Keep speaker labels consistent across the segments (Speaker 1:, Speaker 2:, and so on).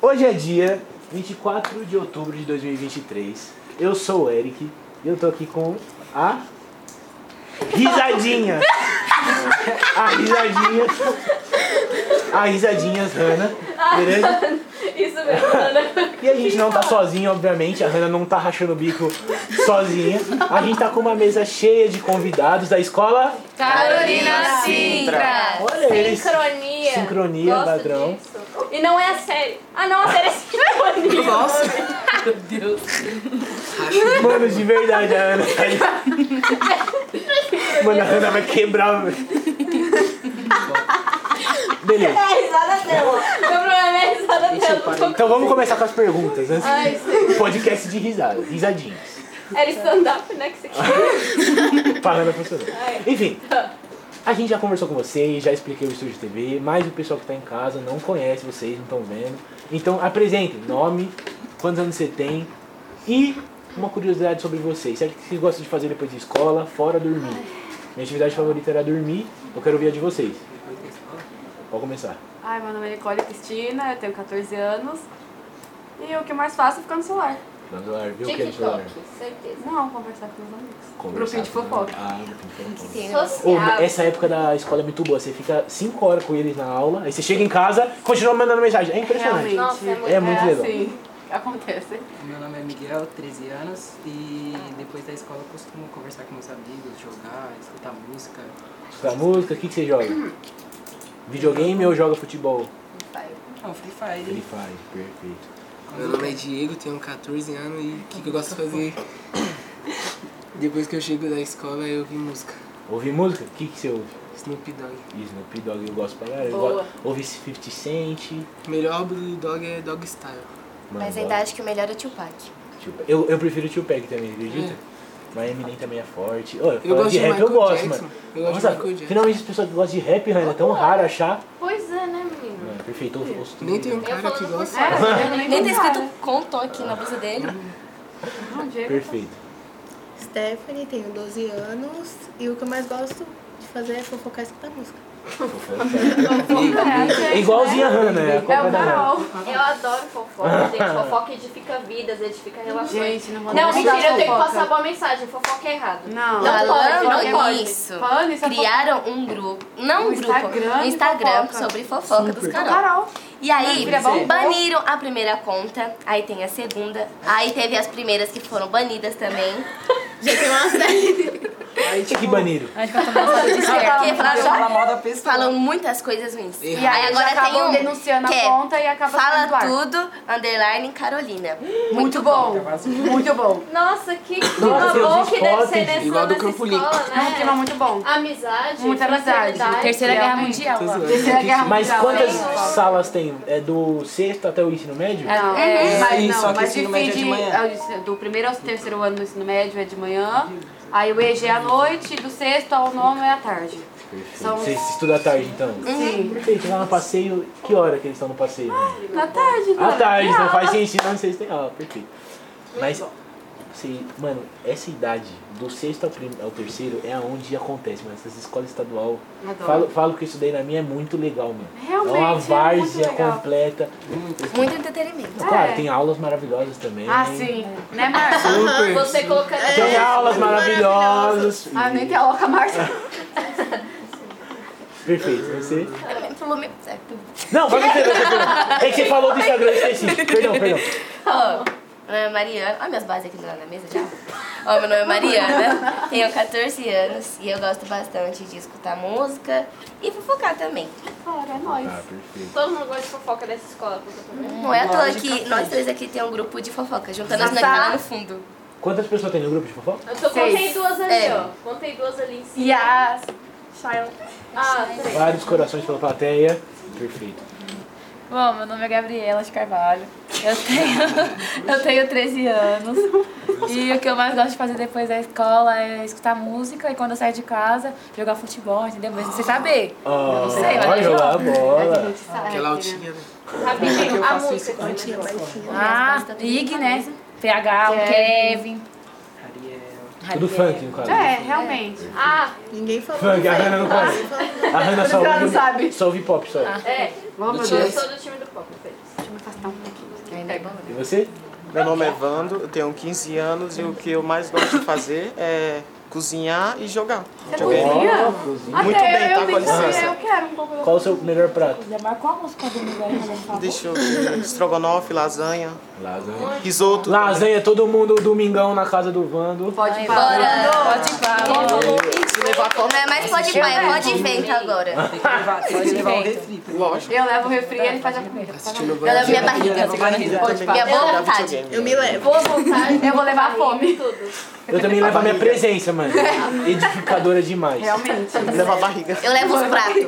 Speaker 1: Hoje é dia 24 de outubro de 2023. Eu sou o Eric e eu tô aqui com a risadinha. A risadinha. A risadinha Hanna. Beleza?
Speaker 2: Isso mesmo, Ana.
Speaker 1: E a gente não tá sozinho, obviamente. A Hanna não tá rachando o bico sozinha. A gente tá com uma mesa cheia de convidados da escola.
Speaker 3: Carolina Sintra.
Speaker 1: Olha eles.
Speaker 2: Sincronia.
Speaker 1: Sincronia,
Speaker 2: Gosto
Speaker 1: ladrão.
Speaker 2: disso. E não é a série. Ah, não, a série é sincronia.
Speaker 1: Mano, de verdade, a Ana tá aí. Mano, a Ana vai quebrar. o- Beleza.
Speaker 2: É a risada dela. Meu problema é a risada dela.
Speaker 1: Então vamos começar com as perguntas. né?
Speaker 2: Ai, sim.
Speaker 1: Podcast de risada, risadinhas.
Speaker 2: Era stand-up, né? Que você quer.
Speaker 1: Falando funcionando.
Speaker 2: Ai.
Speaker 1: Enfim, a gente já conversou com vocês, já expliquei o estúdio de TV, mas o pessoal que tá em casa não conhece vocês, não estão vendo. Então apresentem nome, quantos anos você tem e uma curiosidade sobre vocês. Sabe o que vocês gostam de fazer depois de escola, fora dormir? Minha atividade favorita era dormir, eu quero ouvir a de vocês. Pode começar.
Speaker 3: Ai, meu nome é Nicole Cristina, eu tenho 14 anos. E o que mais faço é ficar no celular.
Speaker 1: Vamos lá, viu o que é de celular?
Speaker 2: TikTok, certeza.
Speaker 3: Não, conversar com meus amigos.
Speaker 1: Conversar
Speaker 3: Grupinho de
Speaker 1: com-
Speaker 3: fofoca.
Speaker 1: Ah, grupinho de fofoca. Ô,
Speaker 2: Social.
Speaker 1: essa época da escola é muito boa, você fica 5 horas com eles na aula, aí você chega em casa, continua mandando mensagem. É impressionante.
Speaker 3: Realmente.
Speaker 2: Nossa, é muito
Speaker 1: É muito
Speaker 3: é
Speaker 1: legal.
Speaker 3: assim que acontece.
Speaker 4: Meu nome é Miguel, 13 anos, e depois da escola eu costumo conversar com meus amigos, jogar, escutar música.
Speaker 1: Escuta música, o que, que você joga? Videogame ou joga futebol?
Speaker 4: Não, Free Fire.
Speaker 1: Ele faz, perfeito.
Speaker 5: Meu nome é Diego, tenho 14 anos e o que, que eu gosto de fazer? Depois que eu chego da escola, eu ouvi música.
Speaker 1: Ouve música? O que, que você ouve?
Speaker 5: Snoop Dogg.
Speaker 1: Snoop Dogg, eu gosto pra caralho. Eu
Speaker 2: Boa.
Speaker 1: gosto- Ouve esse 50 Cent.
Speaker 5: Melhor álbum do Dog é Dog Style.
Speaker 1: Mano,
Speaker 6: Mas a
Speaker 1: eu
Speaker 6: idade que o melhor é o Tupac.
Speaker 1: gosto. Tupac. Eu, eu prefiro Tupac também, acredita? Mas Eminem também é forte. Ô,
Speaker 5: Eu
Speaker 1: falar
Speaker 5: gosto
Speaker 1: de
Speaker 5: de
Speaker 1: rap eu
Speaker 5: Michael
Speaker 1: gosto,
Speaker 5: Jackson.
Speaker 1: mano.
Speaker 5: Eu gosto de
Speaker 1: Nossa,
Speaker 5: Michael Jackson.
Speaker 1: finalmente as pessoas que gostam de rap, né? É tão raro achar.
Speaker 2: Pois é, né, menino?
Speaker 1: Mano, perfeito, eu ouço tudo.
Speaker 5: Nem tem um
Speaker 2: Eu
Speaker 5: cara que
Speaker 2: falando com
Speaker 5: gosta.
Speaker 2: você.
Speaker 3: É,
Speaker 6: Nem tá escrito conto aqui na blusa dele.
Speaker 3: Bom dia.
Speaker 1: Perfeito.
Speaker 7: Stephanie, tenho 12 anos e o que eu mais gosto de fazer é fofocar e escutar música.
Speaker 1: É igualzinho a Hannah, né? A
Speaker 3: É
Speaker 1: culpa
Speaker 3: o
Speaker 1: da Hannah.
Speaker 3: Carol.
Speaker 2: Eu adoro fofoca, gente. Fofoca edifica vidas, edifica relações.
Speaker 3: Gente, não vou
Speaker 2: Não,
Speaker 3: deixar
Speaker 2: mentira, eu tenho que
Speaker 3: fofoca.
Speaker 2: passar boa mensagem. Fofoca é errado.
Speaker 3: Não, é
Speaker 2: Não pode,
Speaker 6: Falando
Speaker 2: não pode.
Speaker 6: é isso.
Speaker 3: Falando isso, eu vou-
Speaker 6: Criaram um grupo. Não
Speaker 3: Um
Speaker 6: um grupo.
Speaker 3: Instagram
Speaker 6: um
Speaker 3: de
Speaker 6: Instagram
Speaker 3: fofoca.
Speaker 6: sobre fofoca dos canal.
Speaker 3: Carol.
Speaker 6: E aí,
Speaker 3: Filha, bom, bom.
Speaker 6: baniram a primeira conta. Aí tem a segunda. Aí teve as primeiras que foram banidas também.
Speaker 1: Que banido.
Speaker 6: Porque
Speaker 3: tá
Speaker 6: falaram,
Speaker 4: Fala mal da pessoa.
Speaker 6: falam muitas coisas ruins. E
Speaker 3: E aí
Speaker 6: aí agora tem
Speaker 3: acabam
Speaker 6: um
Speaker 3: denunciando
Speaker 6: que
Speaker 3: a
Speaker 6: é
Speaker 3: conta e acaba saindo do
Speaker 6: Fala
Speaker 3: ar.
Speaker 6: tudo, underline Carolina.
Speaker 3: Muito bom. Muito bom.
Speaker 2: Nossa, que
Speaker 1: Nossa,
Speaker 2: clima bom
Speaker 1: os
Speaker 2: que deve ser
Speaker 1: esportes,
Speaker 2: nessa,
Speaker 5: igual do
Speaker 2: nessa
Speaker 5: Campo
Speaker 2: escola,
Speaker 3: É um clima
Speaker 2: né?
Speaker 3: muito bom.
Speaker 2: Amizade,
Speaker 3: Muita amizade.
Speaker 2: fraternidade.
Speaker 3: Terceira Guerra
Speaker 6: Mundial.
Speaker 3: Terceira Guerra
Speaker 1: Mas
Speaker 3: Mundial.
Speaker 1: quantas
Speaker 3: né?
Speaker 1: salas tem? É do sexto até o ensino médio?
Speaker 3: Não,
Speaker 6: É,
Speaker 3: mas
Speaker 4: sim,
Speaker 3: não,
Speaker 4: só que
Speaker 3: mas
Speaker 4: ensino
Speaker 3: de fim
Speaker 4: médio é de
Speaker 3: de,
Speaker 4: manhã.
Speaker 3: é o ensino- do primeiro ao terceiro ano do ensino médio é de manhã, aí o EG é à noite, do sexto ao nono é à tarde. São-
Speaker 1: Você estuda à tarde, então?
Speaker 3: um Sim.
Speaker 1: Perfeito, lá no passeio, que hora que eles estão no passeio? né?
Speaker 3: Na tarde, né?
Speaker 1: À tarde, então faz sentido, não sei se tem aula, perfeito. Mas, você, mano, essa idade, do sexto ao, prim- ao terceiro, é onde acontece, mas essas escolas estadual.
Speaker 3: Adoro.
Speaker 1: Falo, falo que eu estudei na minha, é muito legal, mano.
Speaker 3: Realmente,
Speaker 1: é uma
Speaker 3: é
Speaker 1: várzea
Speaker 3: muito legal. É.
Speaker 1: completa.
Speaker 6: Muito entretenimento.
Speaker 1: Claro, tem aulas maravilhosas também.
Speaker 3: Ah, sim. Né, Márcia?
Speaker 5: Super.
Speaker 2: Você coloca
Speaker 1: Tem aulas maravilhosas.
Speaker 3: Ah, nem tem a louca Márcia.
Speaker 1: Perfeito, você.
Speaker 6: Falou meio certo.
Speaker 1: Não, vai você, vai você. vai. É que você falou do Instagram, eu esqueci. Perdão, perdão.
Speaker 6: Ó, meu nome é Mariana. Olha meus bases aqui do lado da mesa já. Ó, meu nome é Mariana, tenho 14 anos e eu gosto bastante de escutar música e fofocar também.
Speaker 3: Claro, é nóis.
Speaker 1: Ah, perfeito.
Speaker 2: Todo mundo gosta de fofoca dessa escola, porque eu tô vendo.
Speaker 6: Não é à toa que nós três aqui tem um grupo de fofoca, juntando as
Speaker 3: Sassá.
Speaker 6: noites lá no fundo.
Speaker 1: Quantas pessoas tem no grupo de fofoca?
Speaker 2: Eu tô,
Speaker 3: Seis.
Speaker 2: contei duas ali,
Speaker 6: É.
Speaker 2: ó. Contei duas ali em cima.
Speaker 3: E a...
Speaker 2: Ah, três.
Speaker 1: Vários corações pela plateia. Perfeito.
Speaker 8: Bom, meu nome é Gabriela de Carvalho. Eu tenho, eu tenho 13 anos. E o que eu mais gosto de fazer depois da escola é escutar música e quando eu saio de casa, jogar futebol, entendeu? Mesmo sem saber.
Speaker 1: Oh,
Speaker 8: sei, mas
Speaker 1: vai
Speaker 8: eu
Speaker 1: jogar a
Speaker 3: A
Speaker 1: bola.
Speaker 3: gente sabe,
Speaker 5: Aquela
Speaker 3: né?
Speaker 5: altinha, né?
Speaker 2: Rapidinho, a
Speaker 4: faço
Speaker 2: música.
Speaker 4: isso
Speaker 2: que você
Speaker 7: Tinha
Speaker 2: lembrou.
Speaker 7: mais tinha.
Speaker 8: Ah, Ig, né? PH, o Kevin.
Speaker 4: Ariel.
Speaker 1: Tudo funk, no caso.
Speaker 3: É, realmente.
Speaker 2: Ah,
Speaker 7: Ninguém falou.
Speaker 1: Funk, a Hannah não conhece. A Hannah só
Speaker 8: Ela não
Speaker 1: ouve,
Speaker 8: sabe.
Speaker 1: só ouve pop, só.
Speaker 2: é.
Speaker 3: Oh, meu
Speaker 2: Eu
Speaker 5: Do
Speaker 3: Deus.
Speaker 2: sou do time do pop, Feliz.
Speaker 3: Deixa eu me afastar um pouquinho.
Speaker 6: Ainda é bom, né?
Speaker 1: E você?
Speaker 9: Meu nome é Vando, eu tenho 15 anos e o que eu mais gosto de fazer é cozinhar e jogar. videogame.
Speaker 3: Cozinha?
Speaker 1: Ó, cozinha.
Speaker 9: Muito
Speaker 3: Até
Speaker 9: bem,
Speaker 3: eu,
Speaker 9: tá? Com
Speaker 3: eu,
Speaker 9: licença.
Speaker 3: eu quero um pouco da
Speaker 1: Qual o seu melhor prato?
Speaker 8: Já marcou a música do Miguel
Speaker 9: Deixa eu ver. Estrogonofe, lasanha,
Speaker 1: Lasanha.
Speaker 9: risoto.
Speaker 1: Lasanha, todo mundo domingão na casa do Vando.
Speaker 3: Pode ir
Speaker 6: Bora!
Speaker 8: Pode falar.
Speaker 6: Não é mais pode pai, é pode vento agora.
Speaker 4: Tem que levar, pode levar o refri. tá?
Speaker 5: Lógico.
Speaker 3: Eu levo o refri e ele faz a comida.
Speaker 5: Assistindo o
Speaker 6: Eu levo minha
Speaker 4: Eu
Speaker 6: barriga.
Speaker 4: levo barriga.
Speaker 6: Minha
Speaker 9: Eu também gosto de
Speaker 6: boa
Speaker 9: jogar
Speaker 6: vontade.
Speaker 9: videogame.
Speaker 7: Eu me levo.
Speaker 2: Boa vontade.
Speaker 3: Eu vou levar a fome.
Speaker 2: Tudo.
Speaker 1: Eu também levo a minha presença, mano. Edificadora demais.
Speaker 3: Realmente.
Speaker 9: Leva a barriga.
Speaker 6: Eu levo os pratos.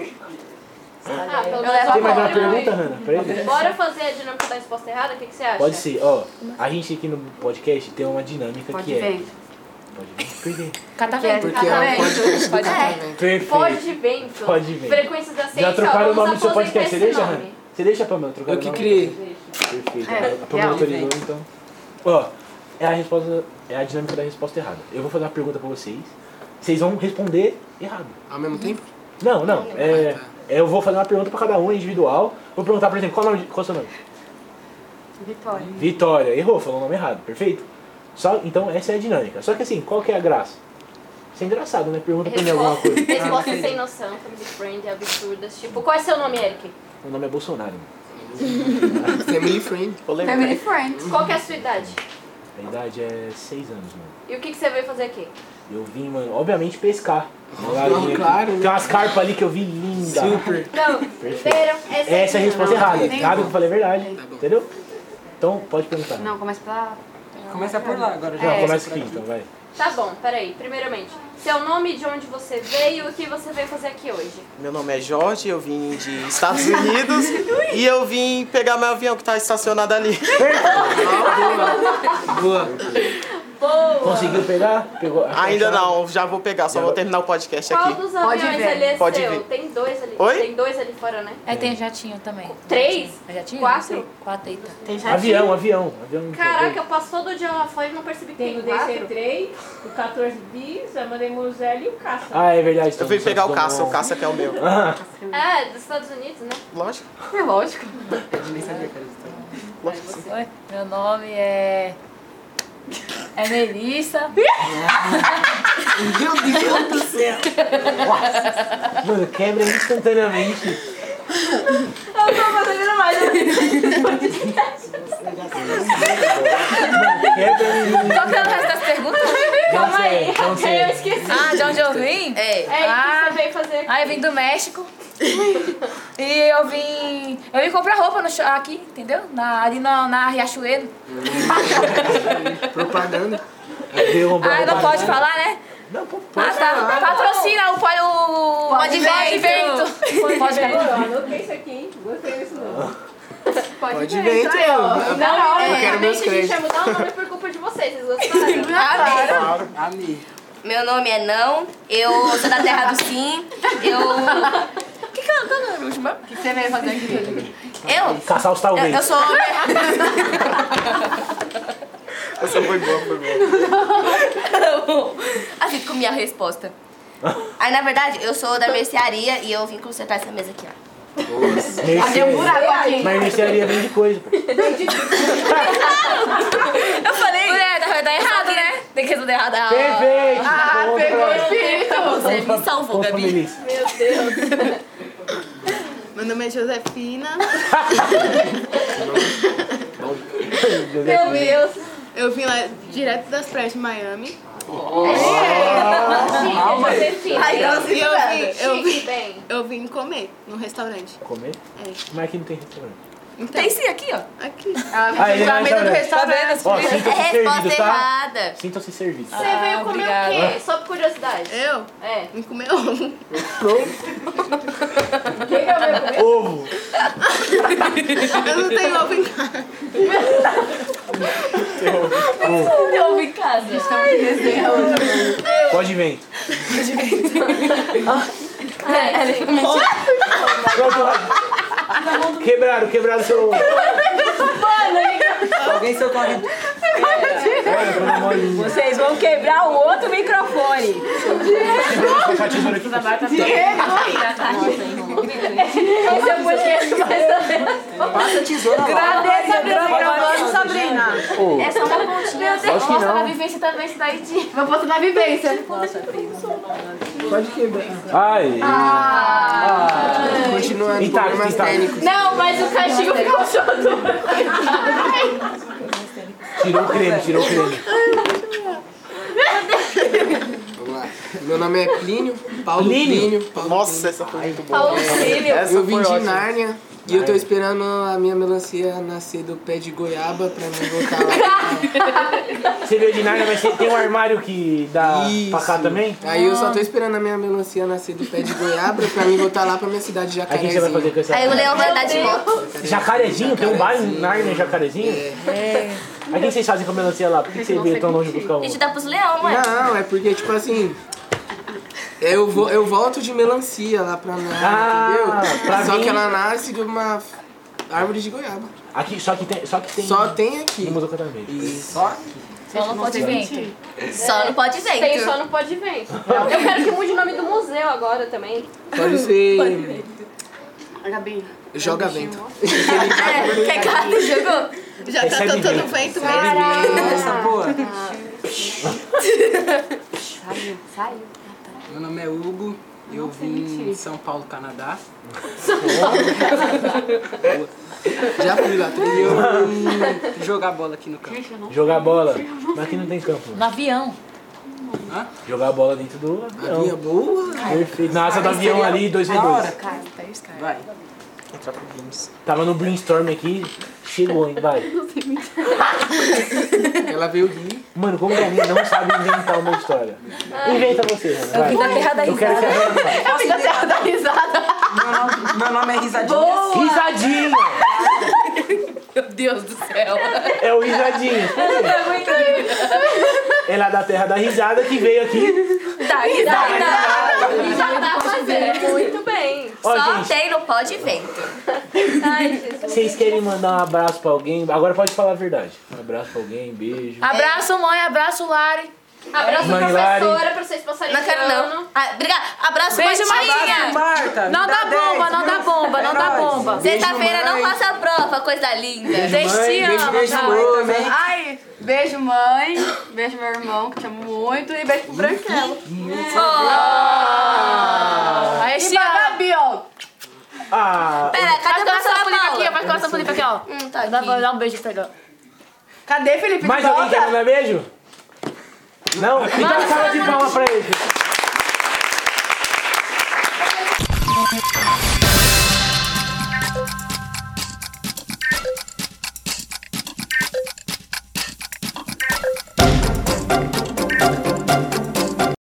Speaker 2: Ah, pelo
Speaker 3: Tá Eu levo
Speaker 2: menos
Speaker 3: a
Speaker 1: Tem mais uma
Speaker 3: fome. né?
Speaker 1: pergunta, Hannah? Pra ele?
Speaker 2: Bora fazer a dinâmica da resposta errada? O que, que você acha?
Speaker 1: Pode ser, ó. A gente aqui no podcast tem uma dinâmica
Speaker 3: Pode
Speaker 1: que é.
Speaker 3: ver.
Speaker 1: Pode vir. Perfeito.
Speaker 8: Catavento.
Speaker 5: Porque é um
Speaker 3: Exatamente.
Speaker 5: podcast do
Speaker 8: Pode-
Speaker 5: casamento.
Speaker 2: Pode
Speaker 1: Perfeito.
Speaker 2: de vento.
Speaker 1: Pode vento.
Speaker 2: Frequências da ciência.
Speaker 1: Já trocaram o nome do seu podcast, você
Speaker 2: Você
Speaker 1: deixa, Hannah? Você deixa, Pamela, trocar
Speaker 5: Eu
Speaker 1: o
Speaker 5: que
Speaker 1: nome?
Speaker 5: criei.
Speaker 1: Perfeito.
Speaker 3: É,
Speaker 1: a Pamela
Speaker 3: real.
Speaker 1: autorizou, então. Ó, é a resposta. É a dinâmica da resposta errada. Eu vou fazer uma pergunta pra vocês. Vocês vão responder errado.
Speaker 5: Ao mesmo tempo?
Speaker 1: Não, não. É,
Speaker 5: Ah, tá.
Speaker 1: é, eu vou fazer uma pergunta pra cada um individual. Vou perguntar, por exemplo, qual, o nome de- qual é o seu nome?
Speaker 3: Vitória.
Speaker 1: Vitória. Errou, falou o nome errado, perfeito? Só, então essa é a dinâmica. Só que assim, qual que é a graça? Isso é engraçado, né? Pergunta pra mim alguma
Speaker 2: Resposta,
Speaker 1: coisa.
Speaker 2: resposta sem noção, family friend, absurdas. Tipo, qual é seu nome, Eric?
Speaker 1: Meu nome é Bolsonaro. mano.
Speaker 5: Family friend.
Speaker 9: Eu lembro.
Speaker 3: Family Friends.
Speaker 2: Qual que é a sua idade?
Speaker 1: A idade é 6 anos, mano.
Speaker 2: E o que, que você veio fazer aqui?
Speaker 1: Eu vim, mano, obviamente pescar. Uma
Speaker 5: Não,
Speaker 1: lagoinha aqui.
Speaker 5: claro, né?
Speaker 1: Tem umas carpas ali que eu vi linda.
Speaker 5: Super.
Speaker 2: Então, entenderam?
Speaker 1: Essa é a resposta errada.
Speaker 3: tem
Speaker 1: Sabe que eu
Speaker 5: não.
Speaker 1: falei a verdade,
Speaker 5: Tá bom.
Speaker 1: entendeu? Então pode perguntar. né?
Speaker 3: Não, começa pela.
Speaker 4: Começa por lá agora.
Speaker 5: é.
Speaker 1: Não,
Speaker 4: Já
Speaker 1: começa aqui então, vai.
Speaker 2: Tá bom, peraí. Primeiramente, seu nome, de onde você veio e o que você veio fazer aqui hoje?
Speaker 9: Meu nome é Jorge, eu vim de Estados Unidos e eu vim pegar meu avião que tá estacionado ali.
Speaker 5: Boa.
Speaker 2: Boa!
Speaker 1: Conseguiu pegar? Pegou.
Speaker 9: Ainda não, já vou pegar, só vou terminar o podcast
Speaker 2: Qual
Speaker 9: aqui.
Speaker 2: dos
Speaker 3: Pode
Speaker 2: aviões
Speaker 3: ver.
Speaker 2: ali é
Speaker 9: Pode
Speaker 2: seu?
Speaker 9: ver.
Speaker 2: Tem dois ali.
Speaker 9: Oi?
Speaker 2: Tem dois ali fora, né?
Speaker 8: É, tem jatinho também.
Speaker 2: Três?
Speaker 8: Jatinho?
Speaker 2: Quatro?
Speaker 8: Não sei. Quatro eita.
Speaker 3: Tem já
Speaker 1: Avião, avião, avião.
Speaker 2: Caraca, eu passo todo dia lá fora e não percebi que tem quatro.
Speaker 10: o 14 bis, a Maria Moselle e o Caça.
Speaker 1: Ah, é verdade.
Speaker 9: Eu vim
Speaker 1: Santos
Speaker 9: pegar o
Speaker 1: Dumont.
Speaker 9: caça, o caça que é o meu.
Speaker 1: Ah,
Speaker 2: Ah, dos Estados Unidos, né?
Speaker 9: Lógico.
Speaker 3: É lógico.
Speaker 4: Eu nem sabia que era isso.
Speaker 8: Oi, meu nome é. É Melissa.
Speaker 1: mano, quebra instantaneamente.
Speaker 2: Eu tô fazendo mais.
Speaker 1: Quebra
Speaker 8: Qual que é o resto das perguntas?
Speaker 1: Calma aí. Não sei.
Speaker 2: Eu esqueci.
Speaker 8: Ah, de onde eu vim?
Speaker 6: É.
Speaker 2: É, e o
Speaker 8: Ah.
Speaker 2: que você veio fazer aqui?
Speaker 8: Ah, eu vim do México. E eu vim. Eu vim comprar roupa no, sho- aqui, entendeu? Na, ali na, na Riachuelo.
Speaker 5: Propaganda.
Speaker 1: É, Deu uma
Speaker 8: Ah, não pode falar, né?
Speaker 1: Não, pô, pô.
Speaker 8: Ah, tá. Patrocina o pode o.
Speaker 6: Pode
Speaker 8: pode
Speaker 6: vento.
Speaker 8: vento. Pode vento.
Speaker 10: Anotei isso aqui, hein? Gostei desse nome.
Speaker 5: Pode ver, então.
Speaker 2: Não, não,
Speaker 5: Eu quero meus
Speaker 2: obviamente a gente
Speaker 5: créditos.
Speaker 2: vai mudar o nome por culpa de vocês. Vocês gostaram?
Speaker 6: Amém.
Speaker 4: Amei.
Speaker 6: Meu nome é Não, eu sou da terra do sim, eu... Que que eu... Qual que é o último?
Speaker 3: O que você veio fazer aqui?
Speaker 6: Eu?
Speaker 1: Caçar os
Speaker 6: Eu,
Speaker 1: talvez.
Speaker 6: É, eu sou...
Speaker 9: Essa foi boa, foi boa.
Speaker 6: Assim, com minha resposta. Aí, na verdade, eu sou da mercearia e eu vim consertar essa mesa aqui, ó.
Speaker 1: Mercearia.
Speaker 3: um
Speaker 2: Ah,
Speaker 3: buraco aqui.
Speaker 1: Mas mercearia vem de coisa, pô.
Speaker 8: Eu falei. Mulher, tá, tá errado, né? Tem que responder errado. Ah,
Speaker 1: Perfeito! Ah, pegou o espírito!
Speaker 6: Você me salvou, Gabi.
Speaker 2: Meu Deus.
Speaker 7: Meu nome é Josefina.
Speaker 2: Meu Deus.
Speaker 7: Eu vim lá direto das praias de Miami.
Speaker 2: Chique, Josefina.
Speaker 6: Ai, eu
Speaker 7: E eu vim, eu vim,
Speaker 2: Chique, bem.
Speaker 7: eu vim comer no restaurante.
Speaker 1: Comer?
Speaker 7: É.
Speaker 1: Mas aqui não tem restaurante.
Speaker 7: Então,
Speaker 6: Tem sim aqui, ó.
Speaker 7: aqui.
Speaker 1: Ah, ele
Speaker 7: Na
Speaker 1: vai
Speaker 7: mesa tá do
Speaker 1: restaurante.
Speaker 7: restaurante.
Speaker 8: Tá
Speaker 1: Ó,
Speaker 6: É
Speaker 1: sintam-se
Speaker 6: resposta
Speaker 1: servidos, tá?
Speaker 6: errada.
Speaker 1: Sintam-se servidos.
Speaker 2: Você veio comer o quê?
Speaker 1: obrigada.
Speaker 2: Só por curiosidade.
Speaker 7: Eu
Speaker 2: É.
Speaker 7: vim comer ovo.
Speaker 1: Ovo!
Speaker 7: Eu não tenho ovo em casa.
Speaker 6: Eu vim em casa.
Speaker 1: Pode vento.
Speaker 8: É,
Speaker 2: Ai, gente.
Speaker 1: Pronto. Quebraram, quebraram seu.
Speaker 4: Alguém socorre.
Speaker 10: Vocês vão quebrar o outro microfone. Esse é o podcast mais
Speaker 5: Passa a tesoura lá.
Speaker 10: Agradeço a
Speaker 3: Gravando,
Speaker 10: Sabrina.
Speaker 5: Ô,
Speaker 3: É só uma pontinha.
Speaker 5: Deus, Lógico que posta não. na
Speaker 3: vivência também isso daí. Vou postar na vivência.
Speaker 5: Pode quebrar.
Speaker 1: Ai.
Speaker 5: Continuando.
Speaker 1: Intacto,
Speaker 5: problemas
Speaker 1: intacto.
Speaker 5: técnicos.
Speaker 3: Não, mas o castigo ficou chorando.
Speaker 1: Tirou o creme, tirou o creme.
Speaker 5: Vamos lá. Meu nome é Plínio. Paulo
Speaker 1: Plínio?
Speaker 5: Plínio. Paulo
Speaker 9: Nossa, essa foi muito boa.
Speaker 3: Paulo Plínio.
Speaker 9: Essa
Speaker 5: eu vim
Speaker 9: foi
Speaker 5: de
Speaker 9: ótima.
Speaker 5: Nárnia e eu tô esperando a minha melancia nascer do pé de goiaba pra mim voltar lá.
Speaker 1: Você veio de Narnia, mas você tem um armário que dá
Speaker 5: Isso.
Speaker 1: pra cá também?
Speaker 5: Aí eu só tô esperando a minha melancia nascer do pé de goiaba pra mim voltar lá pra minha cidade de
Speaker 1: Aí o que você vai fazer
Speaker 5: Jacarezinho.
Speaker 1: com essa?
Speaker 6: Aí o leão vai andar de moto.
Speaker 1: Jacarezinho? Tem um bairro em Narnia, Jacarezinho?
Speaker 5: É.
Speaker 1: Aí o que vocês fazem com a melancia lá? Por que, que você veio tão longe buscar
Speaker 6: A
Speaker 1: um?
Speaker 6: gente dá pros leão, ué.
Speaker 5: Não, é porque, tipo assim. Eu, vou, eu volto de melancia lá pra Nárnia,
Speaker 1: Ah,
Speaker 5: entendeu?
Speaker 1: pra
Speaker 5: só
Speaker 1: mim-
Speaker 5: que ela nasce de uma árvore de goiaba.
Speaker 1: Aqui, só que tem. Só que tem.
Speaker 5: Só tem aqui.
Speaker 1: No Museu Catavento.
Speaker 5: E só aqui.
Speaker 8: Só não pode vento.
Speaker 6: Só não pode vento.
Speaker 2: Tem só no Pode Vento. Eu quero que mude o nome do museu agora também.
Speaker 5: Pode ser.
Speaker 3: Gabi.
Speaker 5: Joga vento.
Speaker 6: É, que é gato, jogou.
Speaker 7: Já tá
Speaker 1: Recebe
Speaker 7: tanto
Speaker 1: bem.
Speaker 7: no vento mesmo.
Speaker 5: Essa porra.
Speaker 3: Saiu, saiu.
Speaker 4: Meu nome é Hugo, eu vim em São Paulo, Canadá.
Speaker 5: Já fui lá,
Speaker 4: E
Speaker 5: entendeu?
Speaker 4: eu vim jogar bola aqui no campo.
Speaker 1: Jogar bola. Mas aqui não tem campo.
Speaker 8: No avião.
Speaker 1: Jogar bola dentro do
Speaker 5: A minha
Speaker 1: avião.
Speaker 5: boa.
Speaker 1: Perfeito. Na asa do avião ali, dois v
Speaker 4: Da hora. tá
Speaker 1: dois.
Speaker 4: Vai.
Speaker 9: Entrar pro Games.
Speaker 1: Tava no brainstorm aqui, chegou, hein? Vai.
Speaker 5: Ela veio rir.
Speaker 1: Mano, como que a minha não sabe inventar uma história? Inventa você, mano. Vai.
Speaker 3: Da terra da
Speaker 1: Eu quero que a Hannah faça.
Speaker 3: Eu vim da terra da risada.
Speaker 4: Meu nome, meu nome é Risadinha.
Speaker 1: Risadinha!
Speaker 3: Meu Deus do céu.
Speaker 1: É o risadinha. Ela é da terra da risada que veio aqui.
Speaker 6: Tá, risada.
Speaker 2: Já tá fazendo muito bem.
Speaker 1: Ó,
Speaker 6: Só
Speaker 1: gente,
Speaker 6: tem, não pode vento.
Speaker 2: Ai, Jesus.
Speaker 1: vocês querem mandar um abraço pra alguém? Agora pode falar a verdade. Um abraço pra alguém, beijo.
Speaker 8: Abraço, mãe. Abraço, Lari.
Speaker 2: Abraço
Speaker 1: Mãe
Speaker 2: professora
Speaker 1: Lari.
Speaker 2: pra vocês passarem
Speaker 6: Não quero
Speaker 2: de
Speaker 6: não.
Speaker 2: ano.
Speaker 6: Ah, obrigada. Abraço,
Speaker 8: Beijo,
Speaker 6: Martinha.
Speaker 4: Marta,
Speaker 8: Não
Speaker 4: me
Speaker 8: dá bomba,
Speaker 4: 10.
Speaker 8: não dá bomba, não
Speaker 5: É
Speaker 8: dá bomba.
Speaker 6: Sexta-feira não
Speaker 5: mãe.
Speaker 6: passa a prova, coisa linda.
Speaker 8: Deus te
Speaker 5: beijo,
Speaker 8: ama,
Speaker 5: beijo,
Speaker 8: tá?
Speaker 5: homem.
Speaker 3: Ai, beijo, mãe. Beijo, meu irmão, que te amo muito. E beijo pro Branquelo.
Speaker 8: Aí,
Speaker 3: E pra
Speaker 8: Chiara.
Speaker 3: Gabi, ó.
Speaker 1: Ah,
Speaker 6: Pera, cadê
Speaker 8: Vai
Speaker 6: o
Speaker 8: ficar
Speaker 6: pessoal
Speaker 8: essa política
Speaker 6: Paulo?
Speaker 8: aqui, vai ficar essa política aqui, ó.
Speaker 6: Hum, tá
Speaker 8: Dá,
Speaker 6: aqui.
Speaker 8: dá um beijo pra ele, ó.
Speaker 3: Cadê Felipe?
Speaker 1: mais
Speaker 3: de
Speaker 1: alguém
Speaker 3: volta?
Speaker 1: quer mandar beijo? Não? Então uma salva de palmas pra ele.